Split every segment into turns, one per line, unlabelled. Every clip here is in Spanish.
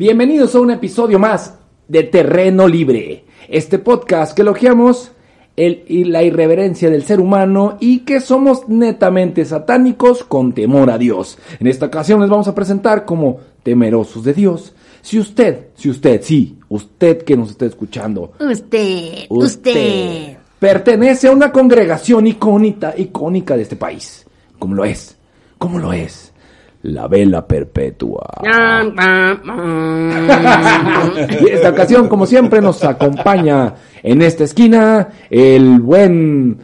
Bienvenidos a un episodio más de Terreno Libre, este podcast que elogiamos el, y la irreverencia del ser humano y que somos netamente satánicos con temor a Dios. En esta ocasión les vamos a presentar como temerosos de Dios. Si usted, si usted, sí, usted que nos está escuchando,
Usted, usted.
pertenece a una congregación icónica, icónica de este país, como lo es, como lo es, la vela perpetua.
Pam, pam, pam.
Y esta ocasión, como siempre, nos acompaña en esta esquina el buen.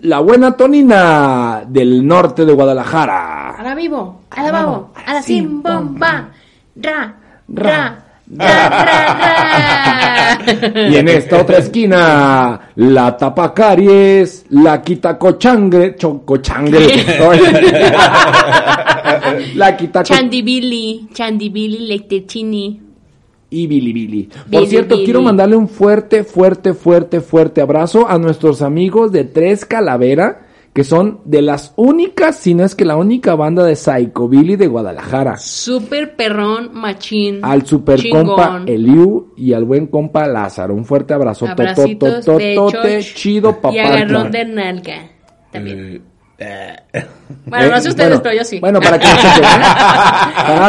La buena Tonina del norte de Guadalajara.
A la vivo, a la babo, a la sin bomba. Ra,
Ra.
ra, ra, ra, ra.
Y en esta otra esquina, la tapacaries, la quitacochangre, chocochangle. la quitacochangre.
Chandibili, Chandibili, Lectechini.
y Billy Billy. Por
Bilibili.
cierto, quiero mandarle un fuerte, fuerte, fuerte, fuerte abrazo a nuestros amigos de Tres Calavera, que son de las únicas, si no es que la única banda de Psycho Billy de Guadalajara.
Super perrón, machín.
Al super
chingón.
compa Eliu y al buen compa Lázaro. Un fuerte abrazo.
Abracitos de
Totototote,
choch.
chido papá.
Y agarrón de nalga. También. Bueno,
Eh,
no sé ustedes,
bueno,
pero yo sí.
Bueno, para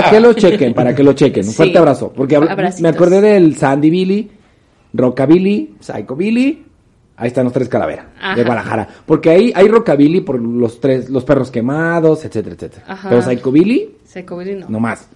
que lo chequen. ¿eh? para que lo chequen, para que lo chequen. Un
Sí.
fuerte abrazo. Porque habla-
Abracitos.
me acordé del Sandy Billy, Rockabilly, Psychobilly. Ahí están los tres calaveras
Ajá.
de Guadalajara. Porque ahí hay Rockabilly por los tres, los perros quemados, etcétera, etcétera.
Ajá.
Pero Psychobilly,
Se cobró y no.
no más.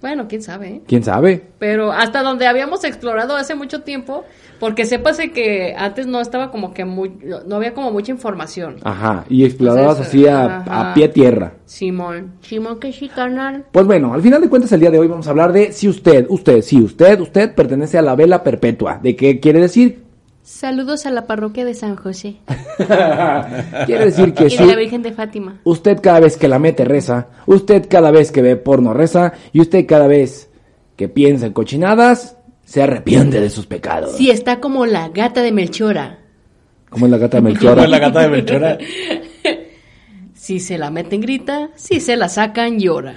Bueno, quién sabe, ¿eh?
¿Quién sabe?
Pero hasta donde habíamos explorado hace mucho tiempo, porque sépase que antes no estaba como que muy, no no había como mucha información.
Ajá. Y exploradas
Entonces,
así a,
ajá.
a pie tierra.
Simón, Simón que sí, carnal.
Pues bueno, al final de cuentas el día de hoy vamos a hablar de si usted, usted, si usted, usted pertenece a la vela perpetua. ¿De qué quiere decir?
Saludos a la parroquia de San José
Quiere decir que
y de
sí.
la Virgen de Fátima.
Usted cada vez que la mete reza, usted cada vez que ve porno reza, y usted cada vez que piensa en cochinadas, se arrepiente de sus pecados.
Sí, está como la gata de Melchora.
Como es la gata de
¿Cómo
Melchora.
es la gata de Melchora?
Si se la meten, grita. Si se la sacan, llora.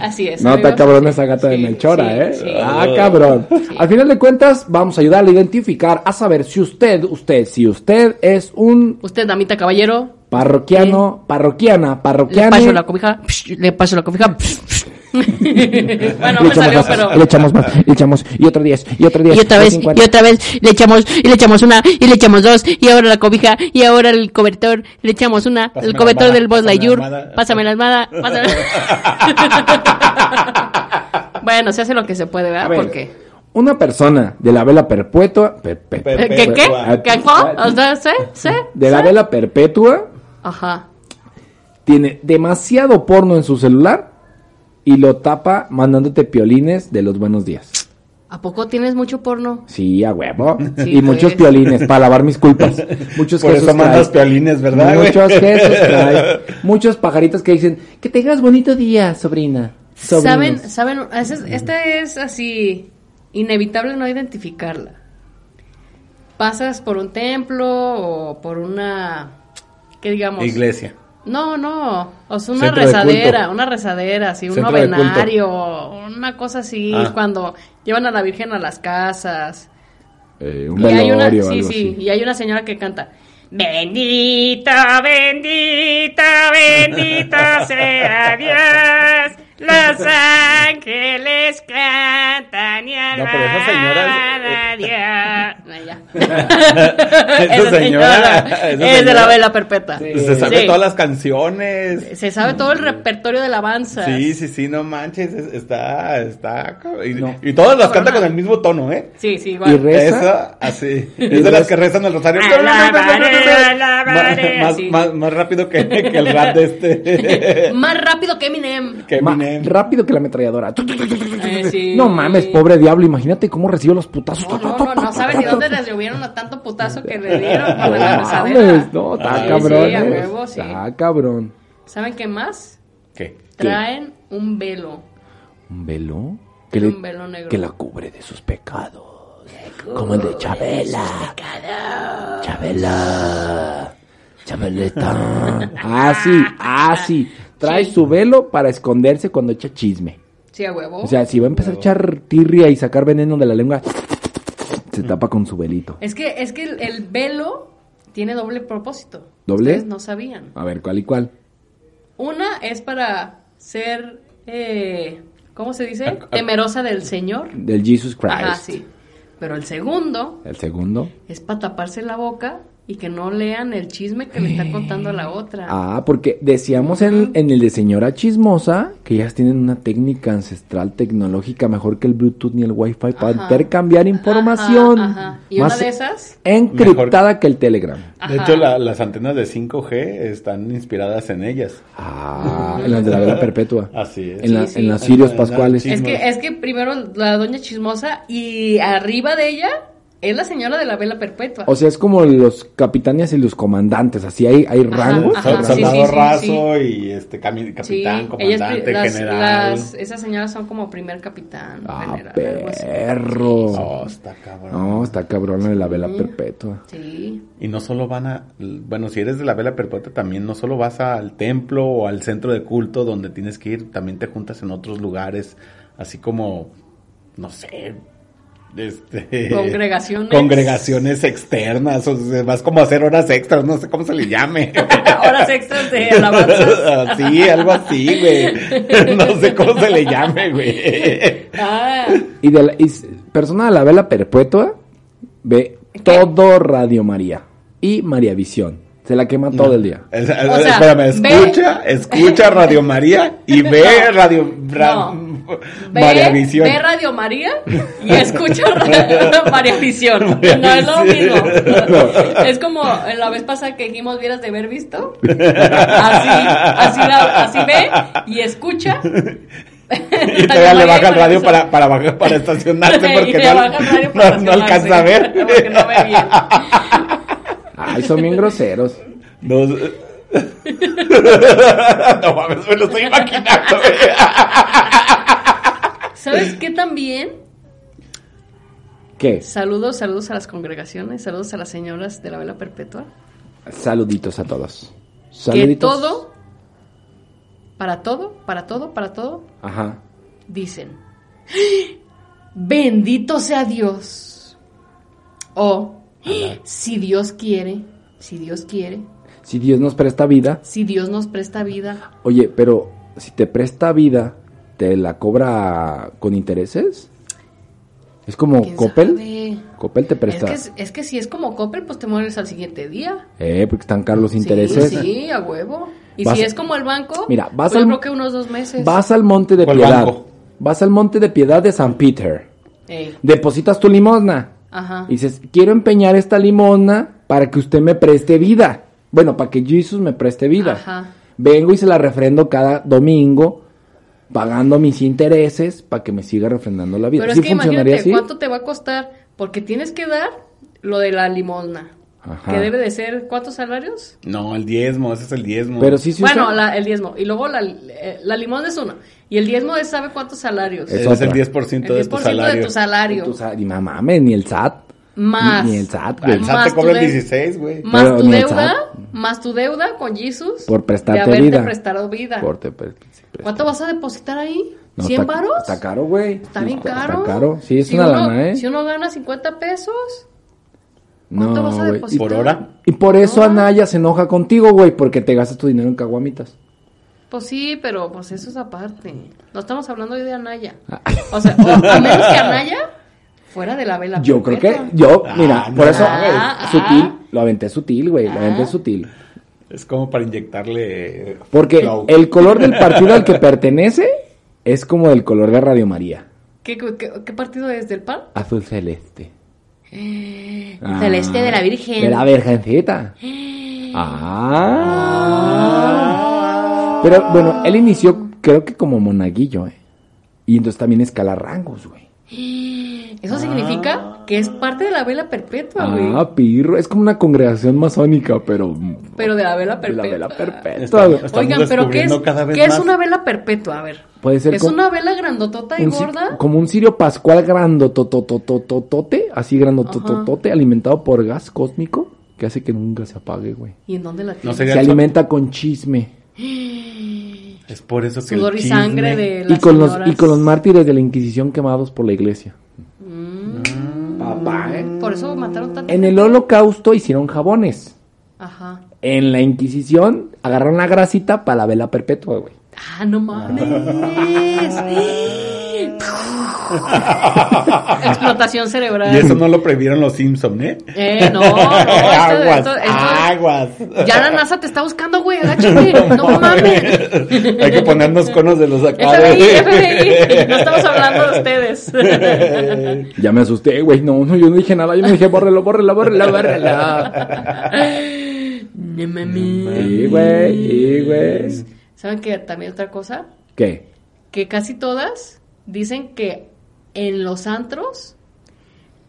Así es.
No,
amigos.
está cabrón esa gata de
Sí,
Melchora,
sí,
¿eh?
sí.
Ah, cabrón. Al final de cuentas, vamos a ayudarle a identificar, a saber si usted, usted, si usted es un
Usted, damita caballero,
parroquiano, parroquiana,
Le
parroquiano.
paso la cobija. psh, Le paso la cobija. psh, psh. bueno,
le
me
echamos
salió,
más,
pero.
le echamos más, le echamos, y otra 10, y otra 10,
Y otra vez, y
50.
otra vez, le echamos, y le echamos una, y le echamos dos, y ahora la cobija, y ahora el cobertor, le echamos una,
Pásame
el
la
cobertor
almohada,
del Buzz
pásame la
Lightyear,
almohada.
pásame la almada, pásame
Bueno, se hace lo que se puede,
A
¿verdad?
ver,
Porque.
Una persona de la vela perpetua, per- per-
Per-
¿Qué, qué?
Perpetua.
¿Qué? ¿Cómo? O sea, ¿sí? ¿Sí?
de la
¿Sí?
vela perpetua
Ajá.
tiene demasiado porno en su celular y lo tapa mandándote piolines de los buenos días.
¿A poco tienes mucho porno?
Sí, a huevo.
Sí,
y muchos
pues.
piolines para lavar mis culpas. Muchos
Por
Jesús
eso mandas
Christ.
piolines, ¿verdad, güey?
Muchos Jesús Christ. Muchos pajaritos que dicen, que tengas bonito día, sobrina. sobrinos".
¿Saben? ¿Saben? Ese es- Esta es así. Inevitable no identificarla. Pasas por un templo o por una. ¿Qué digamos?
Iglesia.
No, no, o sea, una
Centro de
rezadera,
culto.
una rezadera, así, un
Centro de culto.
novenario, una cosa así,
Ah.
cuando llevan a la Virgen a las casas.
Eh, un
y hay una,
velorio o
sí,
algo
sí,
así.
y hay una señora que canta. Bendita, bendita, bendita sea Dios. Los ángeles cantan y
No, pero esa
alaban
señora eh,
a Dios. Ay, ya.
Esa señora. esa
es de la
señora
vela perpetua.
Se sabe
Sí.
todas las canciones.
Se sabe todo el repertorio de alabanzas.
Sí, sí, sí, no manches. es- Está, está. cabrón. Y,
No.
y todas las canta
Cabrona.
con el mismo tono, ¿eh?
Sí, sí,
Y
igual.
¿Reza?
Esa, así. Es de las que rezan el rosario.
Alabaré, alabaré,
Más,
así.
más, más rápido que, que el rap de este.
Más rápido que Eminem.
que
Ma-
Eminem.
rápido que la ametralladora.
Eh, sí.
No mames, pobre diablo, imagínate cómo recibió los putazos.
No, no, no, no sabes ni dónde les llovieron a tanto putazo que le dieron por la
mames,
rezadera.
no, está
Ah, sí,
cabrón.
sí, a
eh.
huevo, sí.
Está cabrón.
¿Saben qué más?
¿Qué?
Traen un velo.
¿Un velo? Que,
Tiene un velo negro.
que la cubre de sus pecados. Como el de Chabela. Ah, Chabela. Chabelita. Así, así. Trae su velo para esconderse cuando echa chisme.
Sí, a huevo.
O sea, si va a empezar a echar tirria y sacar veneno de la lengua, se
Mm.
tapa con su velito.
es que, es que el, el velo tiene doble propósito.
¿Doble?
Ustedes no sabían.
A ver, ¿cuál y cuál?
Una es para ser, eh, ¿cómo se dice?
ac-
Temerosa del Señor.
Del Jesus Christ.
Ajá, sí. Pero el segundo
El segundo.
es para taparse la boca y que no lean el chisme que le está contando a la otra.
Eh. Ah, porque decíamos en, en el de señora chismosa que ellas tienen una técnica ancestral tecnológica mejor que el Bluetooth ni el Wi-Fi para
Ajá.
intercambiar información.
Ajá, ajá. ¿Y una de esas?
Encriptada que el Telegram.
De hecho, la- las antenas de 5G están inspiradas en ellas.
Ah, en las de la vela perpetua.
Así es.
En, la-
Sí, sí.
en las Sirios
En la- en la
Pascuales.
chisme.
Es que, es que primero la doña chismosa y arriba de ella es la señora de la vela perpetua.
O sea, es como los capitanes y los comandantes. Así hay, hay
Ajá,
rangos.
ajá,
hay
Sol-
sí,
rangos.
soldado
sí, sí,
raso y este cami-
Sí,
capitán,
ellas pri-
comandante,
las-
general.
las- esas señoras son como primer capitán.
Ah,
general, algo así.
perro.
Oh, está cabrón.
No, está cabrón la de la vela perpetua.
Sí.
Y no solo van a, bueno, si eres de la vela perpetua también, no solo vas al templo o al centro de culto donde tienes que ir, también te juntas en otros lugares, así como, no sé, este...
Congregaciones.
Congregaciones externas, o sea, vas como a hacer horas extras, no sé cómo se le llame.
Horas extras de alabanzas.
sí, algo así, güey. No sé cómo se le llame, güey.
Ah,
Y, de la, y s- persona de la vela perpetua ve todo Radio María y María Visión. Se la quema todo el día.
Es- es-
sea,
espérame,
ve-
escucha, escucha Radio María y ve Radio Ra-
no. ve,
María Visión.
ve Radio María y escucha ra- María Visión.
María
No es lo mismo.
Visión.
Es como la vez pasada que dijimos vieras de haber visto. Así, así, la- así ve y escucha.
Y todavía le baja el radio para, para, bajar- para estacionarse porque no, no- no alcanza a
Porque
ver.
no ve bien.
Ay, son bien groseros.
No, no mames, me lo estoy imaginando. güey.
¿Sabes qué también?
¿Qué?
Saludos, saludos a las congregaciones, saludos a las señoras de la vela perpetua.
Saluditos a todos.
Que
Saluditos.
todo, para todo, para todo, para todo,
Ajá.
dicen, "¡Ah! bendito sea Dios. O, si Dios quiere, si Dios quiere,
Si Dios nos presta vida.
si Dios nos presta vida.
Oye, pero si te presta vida, ¿te la cobra con intereses? Es como
¿Quién
Coppel.
sabe?
Coppel te
Es
presta.
que, es- es que si es como Coppel, pues te mueres al siguiente día.
Eh, porque están caros los intereses.
Sí, sí, a huevo. Y
Vas-
si es como el banco,
Mira, vas
pues
al-
yo creo que unos dos meses.
Vas al monte de
¿Cuál
piedad.
banco?
Vas al monte de piedad de San Peter.
Ey,
Depositas tu limosna.
Ajá.
Y dices, quiero empeñar esta limosna para que usted me preste vida. Bueno, para que Jesús me preste vida.
Ajá.
Vengo y se la refrendo cada domingo, pagando mis intereses para que me siga refrendando la vida.
Pero
¿Sí
es que
funcionaría
imagínate
así?
cuánto te va a costar, porque tienes que dar lo de la limosna,
Ajá.
que debe de ser ¿cuántos salarios?
No, el diezmo, ese es el diezmo.
Pero sí se
bueno,
usa-
la- el diezmo. Y luego la, eh, la limosna es uno. Y el diezmo es sabe cuántos salarios.
Es
Ese es
otra.
el 10%,
el
de tu
10%
salario.
de tu salario.
Tú sabes, ah, ni mamá, me, ni el SAT.
Más.
Ni el SAT,
Ah,
güey.
El SAT
Más
te
tu
cobra el
de-
16, güey.
Más
Pero
tu
ni el
deuda,
SAT.
más tu deuda con Jesus.
Por prestarte
de haberte
vida.
prestado vida.
Por te- pre- pre-
¿Cuánto vas a depositar ahí?
No,
¿Cien ¿100
está-
varos?
Está caro, güey.
Está bien caro.
Está caro. Sí, es
Si
una
uno-
lana, ¿eh?
Si uno gana 50 pesos, ¿cuánto
no,
vas a
güey.
depositar?
¿Por hora?
Y por eso Anaya se enoja contigo, güey, porque te gastas tu dinero en caguamitas.
Pues sí, pero pues eso es aparte. No estamos hablando hoy de Anaya. O sea, o a menos que Anaya fuera de la vela.
Yo creo que,
perpetua.
yo,
Ah,
mira,
no,
por eso,
güey.
Ah,
sutil,
ah.
lo aventé sutil, güey, lo aventé
Ah.
sutil.
Es como para inyectarle. eh,
Porque
flow.
el color del partido al que pertenece es como el color de Radio María.
¿Qué, qué- qué partido es del PAN?
Azul celeste. Ah,
Celeste este, de la Virgen.
De la Virgencita. Ah. Pero bueno, él inició, creo que como monaguillo, ¿eh? Y entonces también escala rangos, güey.
Eso significa que es parte de la vela perpetua, güey.
Ah, pirro. Es como una congregación masónica, pero.
Pero de la vela
de la
perpetua.
vela perpetua.
Estamos-
güey.
estamos
Oigan, pero ¿qué es,
descubriendo cada vez
¿qué es
más.
una vela perpetua? A ver.
Puede ser
¿Es
como-
una vela grandotota y
Un ci-
gorda?
como un cirio pascual grandototototote, así grandotototote, alimentado por gas cósmico. que hace que nunca se apague, güey.
¿Y en dónde la tiene?
No sé.
Se
Gacho.
alimenta con chisme
Es por eso que
Sudor
el
y
chisme-
sangre de
y
las
con, los,
señoras.
y con los mártires de la Inquisición quemados por la iglesia.
Mm. Por eso mataron tanto.
En el holocausto hicieron jabones.
Ajá.
En la Inquisición agarraron la grasita para la vela perpetua, güey.
Ah, no mames. Explotación cerebral.
Y eso no lo previeron los Simpson, ¿eh?
Eh, no, no, esto,
aguas,
esto- esto-
aguas.
ya la NASA te está buscando, güey, agáchate, no mames.
Hay que ponernos conos de los acá.
FBI,
güey.
FBI, no estamos hablando de ustedes.
Ya me asusté, güey. No, no, yo no dije nada. Yo me dije, bórrelo, bórrelo, bórrelo, bórrelo.
No mames.
Y, güey, y, güey.
¿Saben que también otra cosa?
¿Qué?
Que casi todas dicen que en los antros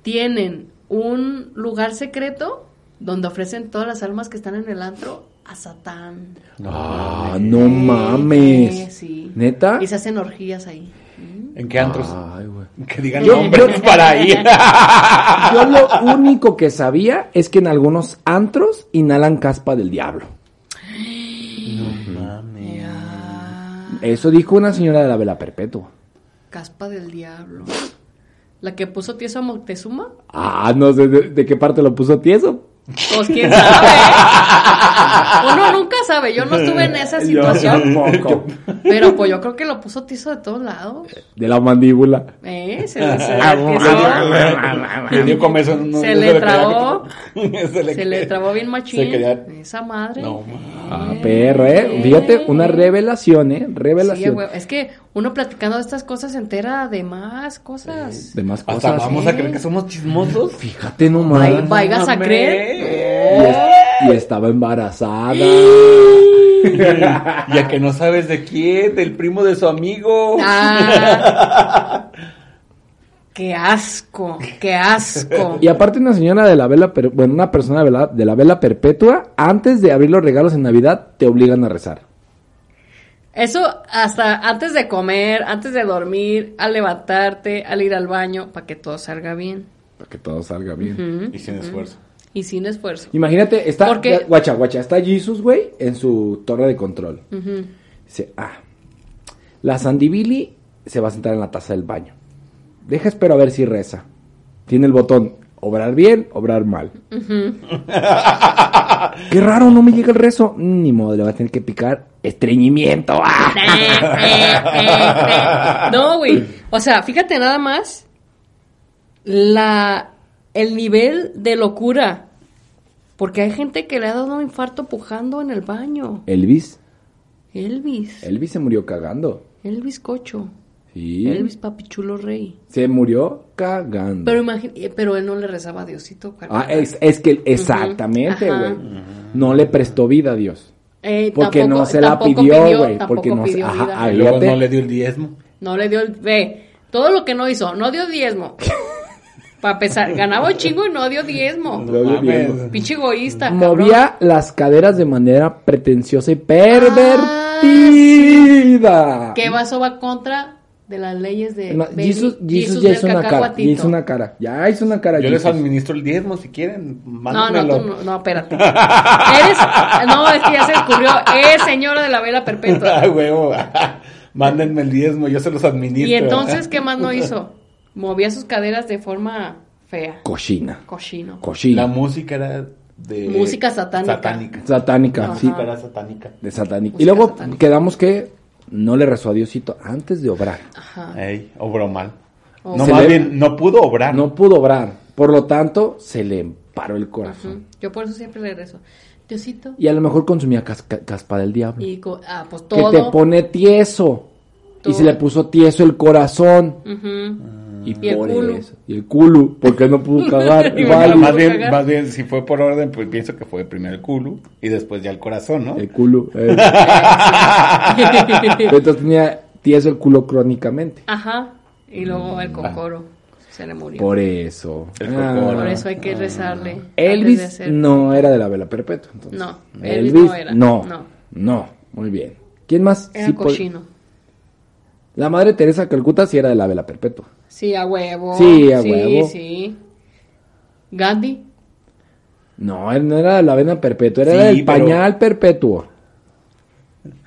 tienen un lugar secreto donde ofrecen todas las almas que están en el antro a Satán.
Ah, no mames.
Sí.
¿Neta? Mm.
Y se hacen orgías ahí.
¿En qué antros?
Ay, güey.
Que digan
Yo-
nombres para ir.
Yo lo único que sabía es que en algunos antros inhalan caspa del diablo. Eso dijo una señora de la vela perpetua.
Caspa del diablo. La que puso tieso a Moctezuma.
Ah, no sé de, de qué parte lo puso tieso.
Pues quién sabe. Uno nunca sabe. Yo no estuve en esa situación.
tampoco.
Pero pues yo creo que lo puso tieso de todos lados.
De la mandíbula.
¿Eh? Se le, se le
Ah,
atizó,
Le dio comezón, no-
Se
no
le
quería-
trabó.
se le,
se le trabó bien
Se
machín.
quería-
Esa madre.
No,
Ah, perro, eh. Fíjate, una revelación, eh.
Sí, a
Revelación.
huevo. es que uno platicando de estas cosas se entera de más cosas.
de más
Hasta
cosas.
vamos a creer que somos chismosos.
Fíjate nomás.
Ay, vayas a creer.
Y, es- y estaba embarazada.
Ya que no sabes de quién, del primo de su amigo.
Ah. qué asco, qué asco.
Y aparte una señora de la vela, per- bueno, una persona de la, de la vela perpetua, antes de abrir los regalos en Navidad, te obligan a rezar.
Eso hasta antes de comer, antes de dormir, al levantarte, al ir al baño, para que todo salga bien.
Para que todo salga bien.
Ujú.
Y sin esfuerzo.
Y sin esfuerzo.
Imagínate, está,
Porque-
ya- guacha, guacha, está Jesus, güey, en su torre de control.
Ujú.
Dice, ah, la Sandibili se va a sentar en la taza del baño. Deja, espero a ver si reza. Tiene el botón, obrar bien, obrar mal. Qué raro, no me llega el rezo. Ni modo, le va a tener que picar estreñimiento. ¡ah! eh,
No, güey. O sea, fíjate nada más la el nivel de locura. Porque hay gente que le ha dado un infarto pujando en el baño.
Elvis,
Elvis.
Elvis se murió cagando.
Elvis Cocho.
Sí.
Elvis Papichulo Rey.
Se murió cagando.
Pero imagín- eh, pero él no le rezaba a Diosito. carnal.
Ah, es, es que exactamente,
Ajá.
güey. No le prestó vida a Dios.
Eh,
Porque
tampoco-
no se la
tampoco
pidió, güey.
tampoco
Porque no se.
pidió
Ajá,
vida.
ah,
Y luego
fíjate.
no le dio el diezmo.
No le dio el. Ve, todo lo que no hizo, no dio diezmo. Para pesar, ganaba un chingo y no dio diezmo.
No dio
mames.
diezmo.
Pinche egoísta. cabrón.
Movía las caderas de manera pretenciosa y
Ah,
pervertida.
Que va eso va contra de las leyes de.
Es más,
Baby
Jesus, Jesus ya
del
hizo una cara. Ya
cacahuatito.
hizo una cara. Ya hizo una cara.
Yo les
Jesus.
administro el diezmo si quieren.
No, no,
Mándenmelo.
tú no, no, espérate. Eres. No, es que ya se descubrió. Es señora de la vela perpetua.
Ah, huevo. Mándenme el diezmo, yo se los administro.
Y entonces, ¿qué más no hizo? Movía sus caderas de forma fea.
Cochina.
Cochino.
La
Cochina.
música era de.
Música satánica.
Satánica.
Satánica,
Ajá.
sí.
Música era satánica.
De satánica. Y
Música
luego
satánica.
quedamos que no le rezó a Diosito antes de obrar.
Ajá.
Ey, obró mal.
Oh.
No,
Se
más
le-
bien, no pudo obrar.
No pudo obrar. Por lo tanto, se le paró el corazón.
Ujú. Yo por eso siempre le rezo. Diosito.
Y a lo mejor consumía casca- caspa del diablo.
Y co- ah, pues
que
todo.
te pone tieso. Y
Todo.
se le puso tieso el corazón.
Ujú.
Y,
Y el
por
culo.
eso. Y el culo. Porque no pudo cagar.
Y
Vale.
Ah,
pudo
más, bien,
cagar.
más bien, si fue por orden, pues pienso que fue primero el culo y después ya el corazón, ¿no?
El culo. eh. Entonces tenía tieso el culo crónicamente.
Ajá. Y luego el cocoro. Se le murió. Por,
Por eso.
El cocoro.
Ah.
eso hay que rezarle. antes de
Elvis
hacer-
no era de la vela perpetua. entonces.
No,
Elvis,
Elvis no era,
No,
no.
no. Muy bien. ¿Quién más?
Era
Sí pod-
cochino.
La madre Teresa de Calcuta sí era de la vela perpetua.
Sí, a huevo.
Sí, a
sí,
huevo.
Sí, Gandhi.
No, él no era la vena perpetua, era
Sí,
el
pero-
pañal perpetuo.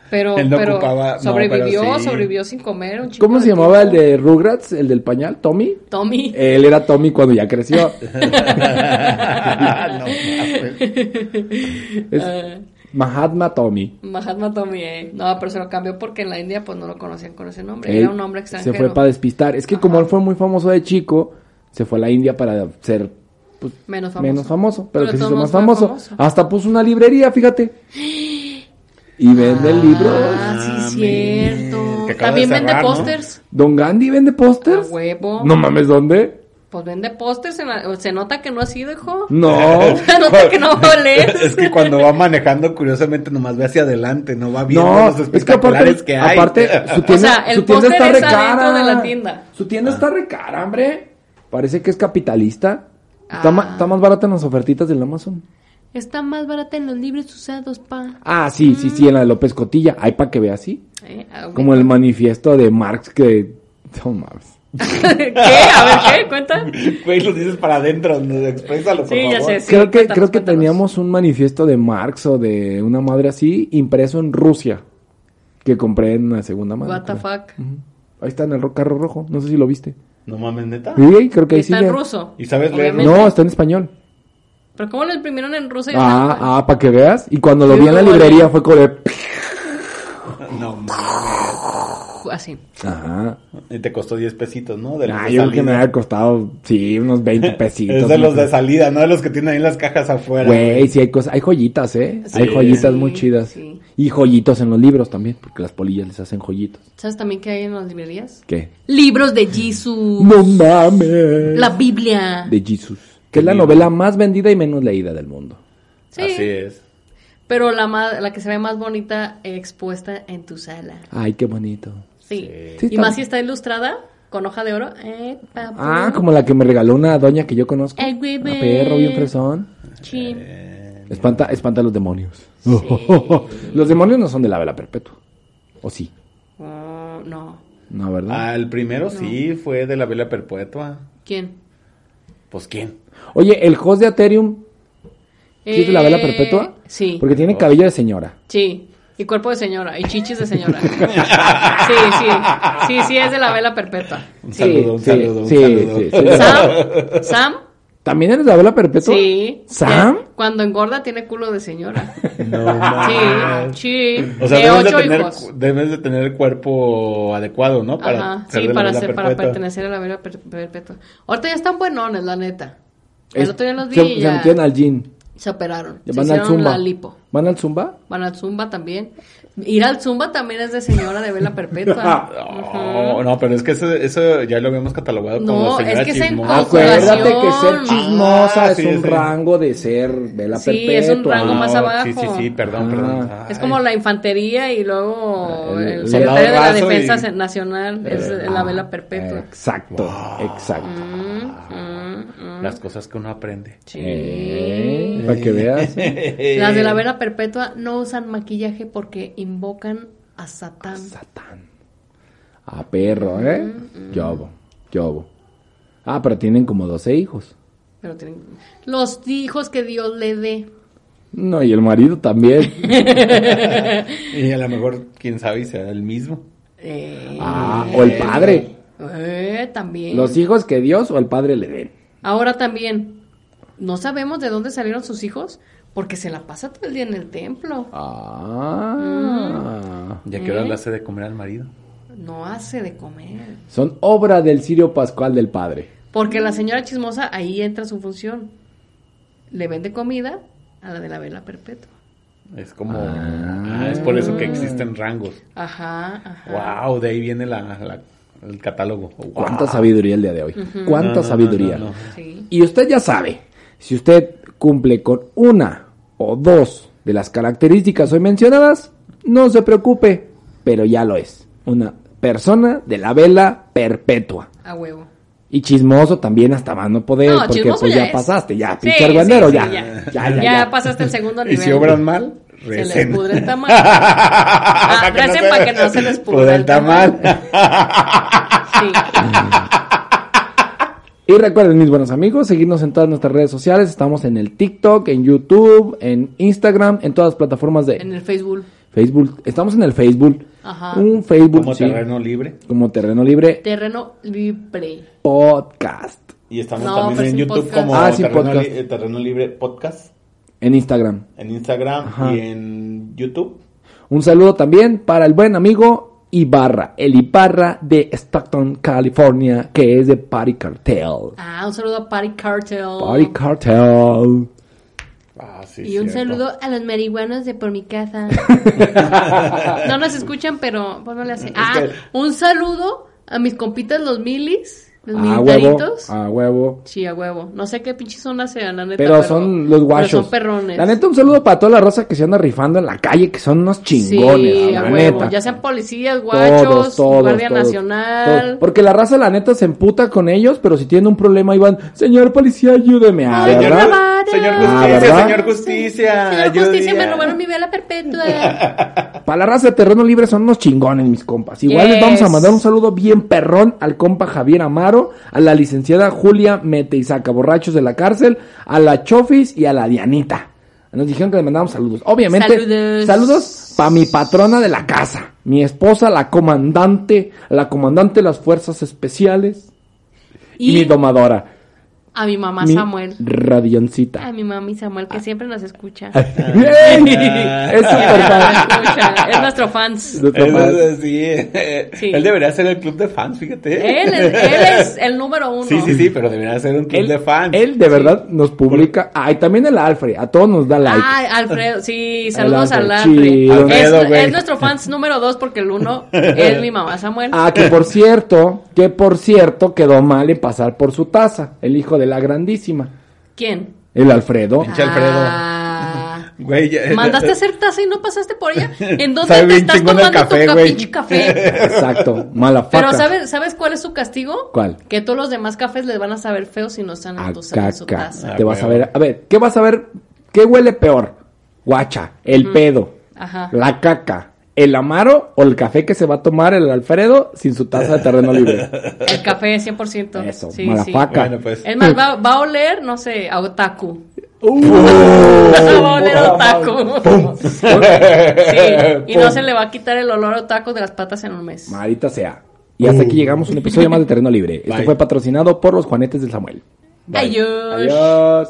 Pero,
Él no
pero
ocupaba- no,
sobrevivió,
pero sí.
sobrevivió sin comer un chingo
¿Cómo se llamaba el
tiempo.
de Eh. Rugrats, el del pañal? ¿Tommy?
Tommy.
Él era Tommy cuando ya creció.
no, mames.
Es
Eh.
Mahatma Tommy.
Mahatma Tommy, eh. No, pero se lo cambió porque en la India pues no lo conocían con ese nombre.
Él
Era un nombre extranjero.
Se fue para despistar. Es que como él fue muy famoso de chico, se fue a la India para ser pues,
Menos famoso.
menos famoso. Pero,
Pero
que se
todo
hizo
el
más
mundo
famoso.
fue
Hasta puso una librería, fíjate. Y vende libros.
Ah, sí,
Mames.
cierto.
Que acaba
También
de
vende
cerrar, ¿no?
pósters.
Don Gandhi vende pósters.
A huevo.
No mames, ¿dónde?
Pues vende pósters. en la- Se nota que no ha sido, hijo.
Mm. No.
Se nota que no lees.
Es que cuando va manejando, curiosamente, nomás ve hacia adelante, no va viendo
No,
los
es que aparte,
espectaculares que, hay.
aparte su tienda,
sea, el
su tienda
póster
está
es
re cara.
adentro de la tienda.
Su tienda está re cara, hombre. Parece que es capitalista. Está,
Ah.
ma- está más barata en las ofertitas del Amazon.
Está más barata en los libros usados, pa.
Ah, sí, sí, sí, en la de López Cotilla. Hay para que vea así.
Eh, a huevo.
Como el manifiesto de Marx que... No mames.
¿Qué? A ver, ¿qué? Cuenta.
Güey, lo dices para adentro, no, exprésalo, por
Sí, ya
favor.
sé.
creo que,
cuéntanos,
creo que
cuéntanos.
teníamos un manifiesto de Marx o de una madre así impreso en Rusia. Que compré en la segunda mano.
What the
creo.
fuck.
Ahí está en el ro- carro rojo. No sé si lo viste.
No mames, neta.
Sí, creo que ahí
Está
sigue.
en ruso.
¿Y sabes leer
Obviamente.
No, está en español.
Pero ¿cómo lo imprimieron en ruso? y en
Ah,
latín?
ah, para que veas. Y cuando lo
Sí,
vi en la
como
librería
el-
fue como de...
No mames.
Así.
Ajá.
Y te costó 10 pesitos, ¿no? De los
Ah,
de
yo creo que me
salida.
había costado, sí, unos 20 pesitos.
Es de
no
los
sé.
de salida, no de los que tienen ahí las cajas afuera.
Güey, sí hay cosas, hay joyitas, ¿eh?
Sí,
hay joyitas
sí,
muy chidas.
sí.
Y joyitos en los libros también, porque las polillas les hacen joyitos.
¿Sabes también qué hay en las librerías?
¿Qué?
Libros de Jesús.
No mames.
La Biblia.
De Jesus, que es la
Libro.
novela más vendida y menos leída del mundo.
Sí.
Así es.
Pero la, ma- la que se ve más bonita expuesta en tu sala.
Ay, qué bonito.
Sí.
Sí,
y
está-
más si está ilustrada con hoja de oro. Eh, papu.
Ah, como la que me regaló una doña que yo conozco.
Ay, güey,
Un
güey.
perro bien fresón.
Chin.
Eh,
Eh,
Espanta, espanta a los demonios. los demonios no son de la vela perpetua. ¿O sí?
Oh, no.
No, ¿verdad?
Ah, el primero sí fue de la vela perpetua.
¿Quién?
Pues quién.
Oye, el host de Aterium, ¿sí es de la vela perpetua?
Eh, Sí.
Porque tiene cabello de señora.
Sí. Y cuerpo de señora. Y chichis de señora. sí, sí. Sí, sí, es de la vela perpetua.
Un
Sí,
saludo, un
sí,
saludo, un
sí,
saludo.
sí, sí.
Sam. Sam.
¿También eres la vela perpetua?
Sí.
¿Sam?
Ya, Cuando engorda tiene culo de señora.
No
Sí,
mames.
sí.
O sea,
de
debes de,
ocho
tener,
hijos.
cu- debes de tener el cuerpo adecuado, ¿no?
Ajá,
ser
sí,
de la
para,
vela
ser, para
perpetua.
pertenecer a la vela per- perpetua. Ahorita ya están buenones, la neta. El
Es-
otro día los vi
se,
y
se
ya
metieron al gym.
se operaron.
Ya
se
van al
hicieron
zumba.
la lipo.
¿Van al zumba?
Van al zumba también. Ir al zumba también es de señora de vela perpetua. Ujú.
Oh, No, no, pero es que eso, eso ya lo habíamos catalogado como
No,
señora
es que es en
chismosa.
conjugación.
Acuérdate que ser chismosa
Ah,
es
sí,
un
sí.
rango de ser vela
Sí,
perpetua.
es un rango
Ah,
más abajo.
Sí, sí, sí, perdón, perdón.
Ah.
Es
Ay.
como la infantería y luego
El-
el,
el
secretario de la
soldado raso
defensa
y-
se- nacional es de la vela
Eh,
perpetua.
ah,
Mm,
Exacto, exacto.
Las cosas que uno aprende.
Sí.
Eh, para que veas.
Las de la vela perpetua no usan maquillaje porque invocan a Satán.
Satán. A perro, ¿eh?
Mm,
Yobo, yobo. Ah, pero tienen como 12 hijos.
Pero tienen los hijos que Dios le dé.
No, y el marido también.
Y a lo mejor, quién sabe, y será el mismo.
Eh,
Ah, o el padre.
eh, también.
Los hijos que Dios o el padre le den.
Ahora también, no sabemos de dónde salieron sus hijos porque se la pasa todo el día en el templo.
Ah.
¿Y a qué
¿Eh?
hora le hace de comer al marido?
No hace de comer.
Son obra del Sirio Pascual del Padre.
Porque la señora chismosa ahí entra su función. Le vende comida a la de la vela perpetua.
Es como.
Ah.
Ah, es por eso que existen rangos.
Ajá, ajá.
Wow, de ahí viene la, la- el catálogo. Wow.
Cuánta sabiduría el día de hoy. Cuánta
No, no, no,
sabiduría.
no, no.
Sí.
Y usted ya sabe, si usted cumple con una o dos de las características hoy mencionadas, no se preocupe, pero ya lo es. Una persona de la vela perpetua.
A huevo.
Y chismoso también hasta más no poder,
No,
porque
chismoso
pues ya,
ya es.
pasaste, ya,
Sí,
pinche
sí,
argüendero,
sí,
ya,
ya.
ya, ya,
Ya,
ya.
pasaste el segundo
Y
nivel.
si obran mal,
se les
recen.
pudre el tamal.
Ah,
recen para que no se les pudra el
tamal.
Sí.
Y recuerden, mis buenos amigos, seguirnos en todas nuestras redes sociales. Estamos en el TikTok, en YouTube, en Instagram, en todas las plataformas de
En el Facebook.
Facebook. Estamos en el Facebook.
Ajá.
Un Facebook
Como
sí,
terreno libre.
como Terreno Libre
Terreno libre.
Podcast.
Y estamos
No,
también
pues
en
un
YouTube
podcast.
como
Ah, sí,
terreno,
podcast.
Li- eh, Terreno Libre Podcast.
En Instagram.
En Instagram
Ajá.
y en YouTube.
Un saludo también para el buen amigo Ibarra, el Ibarra de Stockton, California, que es de Party Cartel.
Ah, oh. un saludo a Party Cartel.
Party Cartel.
Ah, sí,
y un
cierto.
saludo a los marihuanos de por mi casa. no nos escuchan, pero pues no le hacen. Ah, un saludo a mis compitas los milis, los
A Ah, huevo.
militaritos.
A huevo.
Sí, a huevo. No sé qué pinches son sean, la neta.
Pero son los guachos.
Pero son perrones.
La neta, un saludo para toda la raza que se anda rifando en la calle, que son unos chingones.
Sí,
la
a huevo.
neta.
Ya sean policías, guachos, Guardia
todos,
Nacional.
todos. Porque la raza, la neta, se emputa con ellos, pero si tienen un problema, iban, señor policía, ayúdeme. Ah,
Ay,
¿verdad?
ya va.
Señor, señor
Ah,
Justicia,
¿verdad?
señor Justicia.
Señor Justicia, me
ayuda.
robaron mi vela perpetua.
Para la raza de terreno libre son unos chingones, mis compas. Igual les
Yes.
vamos a mandar un saludo bien perrón al compa Javier Amaro, a la licenciada Julia Meteizaca, borrachos de la cárcel, a la Chofis y a la Dianita. Nos dijeron que les mandamos saludos. Obviamente,
Saludos.
saludos para mi patrona de la casa, mi esposa, la comandante, la comandante de las fuerzas especiales y,
y
mi domadora,
a mi mamá
mi Ah.
Samuel.
radioncita.
A mi mami Samuel, que siempre nos escucha.
¡Ey! es súper
Nos
padre.
escucha. Es nuestro fans.
Nuestro
Eso
padre.
es así, eh.
Sí.
Él debería ser el club de fans, fíjate.
Él es, él es el número uno.
Sí, sí, sí, pero debería ser un club
Él,
de fans.
él de verdad nos publica. Ay, también el Alfred. A todos
Ah,
nos da like.
Ay, Alfredo, sí, saludos
Alfredo,
al Alfredo.
chido.
Es,
Alfredo, güey.
es nuestro fans número dos porque el uno es mi mamá Samuel.
Ah, que por cierto, que por cierto quedó mal en pasar por su taza. El hijo de la grandísima.
¿Quién?
El Alfredo.
Pinche Alfredo.
Ah.
Güey, ya-
Mandaste a hacer taza y no pasaste por ella. ¿En dónde
Sabe
te
bien
estás
chingón
tomando
el café,
tu ca-
güey.
pinche café?
Exacto. Mala faca.
Pero ¿sabes, ¿sabes cuál es su castigo?
¿Cuál?
Que todos los demás cafés les van a saber feos si no están en,
A
tu, en su
Ah, caca.
taza.
Ah,
Te vas a
huevo.
ver. A ver, ¿qué vas a ver? ¿Qué huele peor? Guacha, el pedo,
Mm. Ajá.
la caca, el amaro o el café que se va a tomar el Alfredo sin su taza de terreno libre.
El café 100%.
Eso,
sí,
mala
sí.
faca.
Bueno, pues.
Es más, va, va a oler, no sé, a otaku. va a oler a otaku. Sí, y no se le va a quitar el olor a otaku de las patas en un mes.
Maldita sea. Y hasta aquí llegamos a un episodio más de Terreno Libre. Este Esto
Bye.
fue patrocinado por los Juanetes del Samuel.
Adiós.
Adiós.